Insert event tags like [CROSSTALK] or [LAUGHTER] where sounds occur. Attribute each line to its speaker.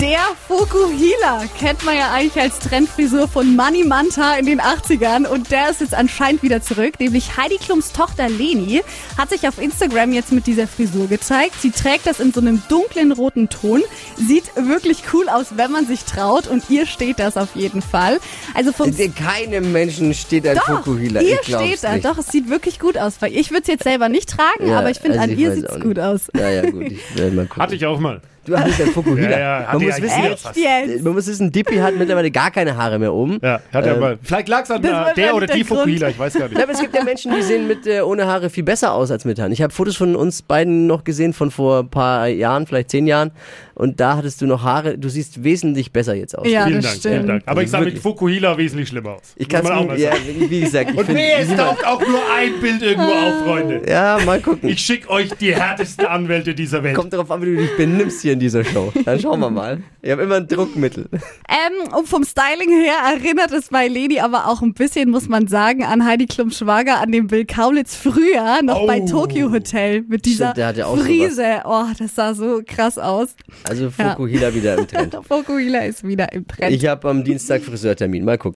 Speaker 1: Der Fukuhila kennt man ja eigentlich als Trendfrisur von Manny Manta in den 80ern und der ist jetzt anscheinend wieder zurück, nämlich Heidi Klums Tochter Leni hat sich auf Instagram jetzt mit dieser Frisur gezeigt. Sie trägt das in so einem dunklen roten Ton, sieht wirklich cool aus, wenn man sich traut und ihr steht das auf jeden Fall. Also vom
Speaker 2: Dir Keinem Menschen steht ein
Speaker 1: doch,
Speaker 2: Fukuhila.
Speaker 1: ihr
Speaker 2: ich glaub's
Speaker 1: steht da.
Speaker 2: nicht.
Speaker 1: Doch, es sieht wirklich gut aus. Weil ich würde es jetzt selber nicht tragen,
Speaker 2: Ja,
Speaker 1: aber ich finde,
Speaker 2: also
Speaker 1: an
Speaker 2: ich
Speaker 1: ihr
Speaker 2: weiß
Speaker 1: sieht
Speaker 2: auch
Speaker 1: es
Speaker 2: nicht.
Speaker 1: gut aus.
Speaker 2: Ja, ja, gut. Ich werde mal gucken.
Speaker 3: Hatte ich auch mal.
Speaker 2: Du hattest ein Fukuhila.
Speaker 3: Ja, ja,
Speaker 2: man,
Speaker 3: hatte
Speaker 2: muss
Speaker 3: ja
Speaker 2: wissen,
Speaker 3: jeder.
Speaker 1: Echt jetzt?
Speaker 2: äh, man muss wissen, Dippy hat mittlerweile gar keine Haare mehr oben.
Speaker 3: Ja, hat ja
Speaker 2: Ähm,
Speaker 3: mal. Vielleicht lag es an
Speaker 1: das
Speaker 3: der,
Speaker 1: war
Speaker 3: der oder
Speaker 1: wahrscheinlich
Speaker 3: die
Speaker 1: der Grund.
Speaker 3: Fukuhila, ich weiß gar
Speaker 2: Ja,
Speaker 3: nicht.
Speaker 2: aber es gibt ja Menschen, die sehen mit äh, ohne Haare viel besser aus als mit Haaren. Ich habe Fotos von uns beiden noch gesehen von vor ein paar Jahren, vielleicht zehn Jahren. Und da hattest du noch Haare. Du siehst wesentlich besser jetzt aus.
Speaker 1: Ja,
Speaker 3: vielen
Speaker 1: das
Speaker 3: Dank,
Speaker 1: stimmt.
Speaker 3: vielen Dank. Aber ich sah mit
Speaker 2: Wirklich.
Speaker 3: Fukuhila wesentlich schlimmer aus.
Speaker 2: Ich
Speaker 3: Muss
Speaker 2: kann
Speaker 3: man auch mal
Speaker 2: ja,
Speaker 3: sagen.
Speaker 2: wie gesagt. Ich
Speaker 3: Und
Speaker 2: find,
Speaker 3: wehe, es taucht auch nur ein Bild irgendwo auf,
Speaker 2: [LAUGHS]
Speaker 3: Freunde.
Speaker 2: ja, mal gucken.
Speaker 3: Ich schicke euch die härtesten Anwälte dieser Welt.
Speaker 2: Kommt darauf an, wie du dich benimmst hier in dieser Show. Dann schauen wir mal. Ich habe immer ein Druckmittel.
Speaker 1: Ähm, und vom Styling her erinnert es My Lady aber auch ein bisschen, muss man sagen, an Heidi Klum Schwager, an den Bill Kaulitz früher, noch
Speaker 3: Oh.
Speaker 1: bei Tokyo Hotel mit dieser
Speaker 2: der hat ja auch
Speaker 1: Frise. Oh, das sah so krass aus.
Speaker 2: Also
Speaker 1: Ja.
Speaker 2: Fukuhila wieder im Trend.
Speaker 1: [LAUGHS] Fokuhila ist wieder im Trend.
Speaker 2: Ich habe am Dienstag Friseurtermin. Mal gucken.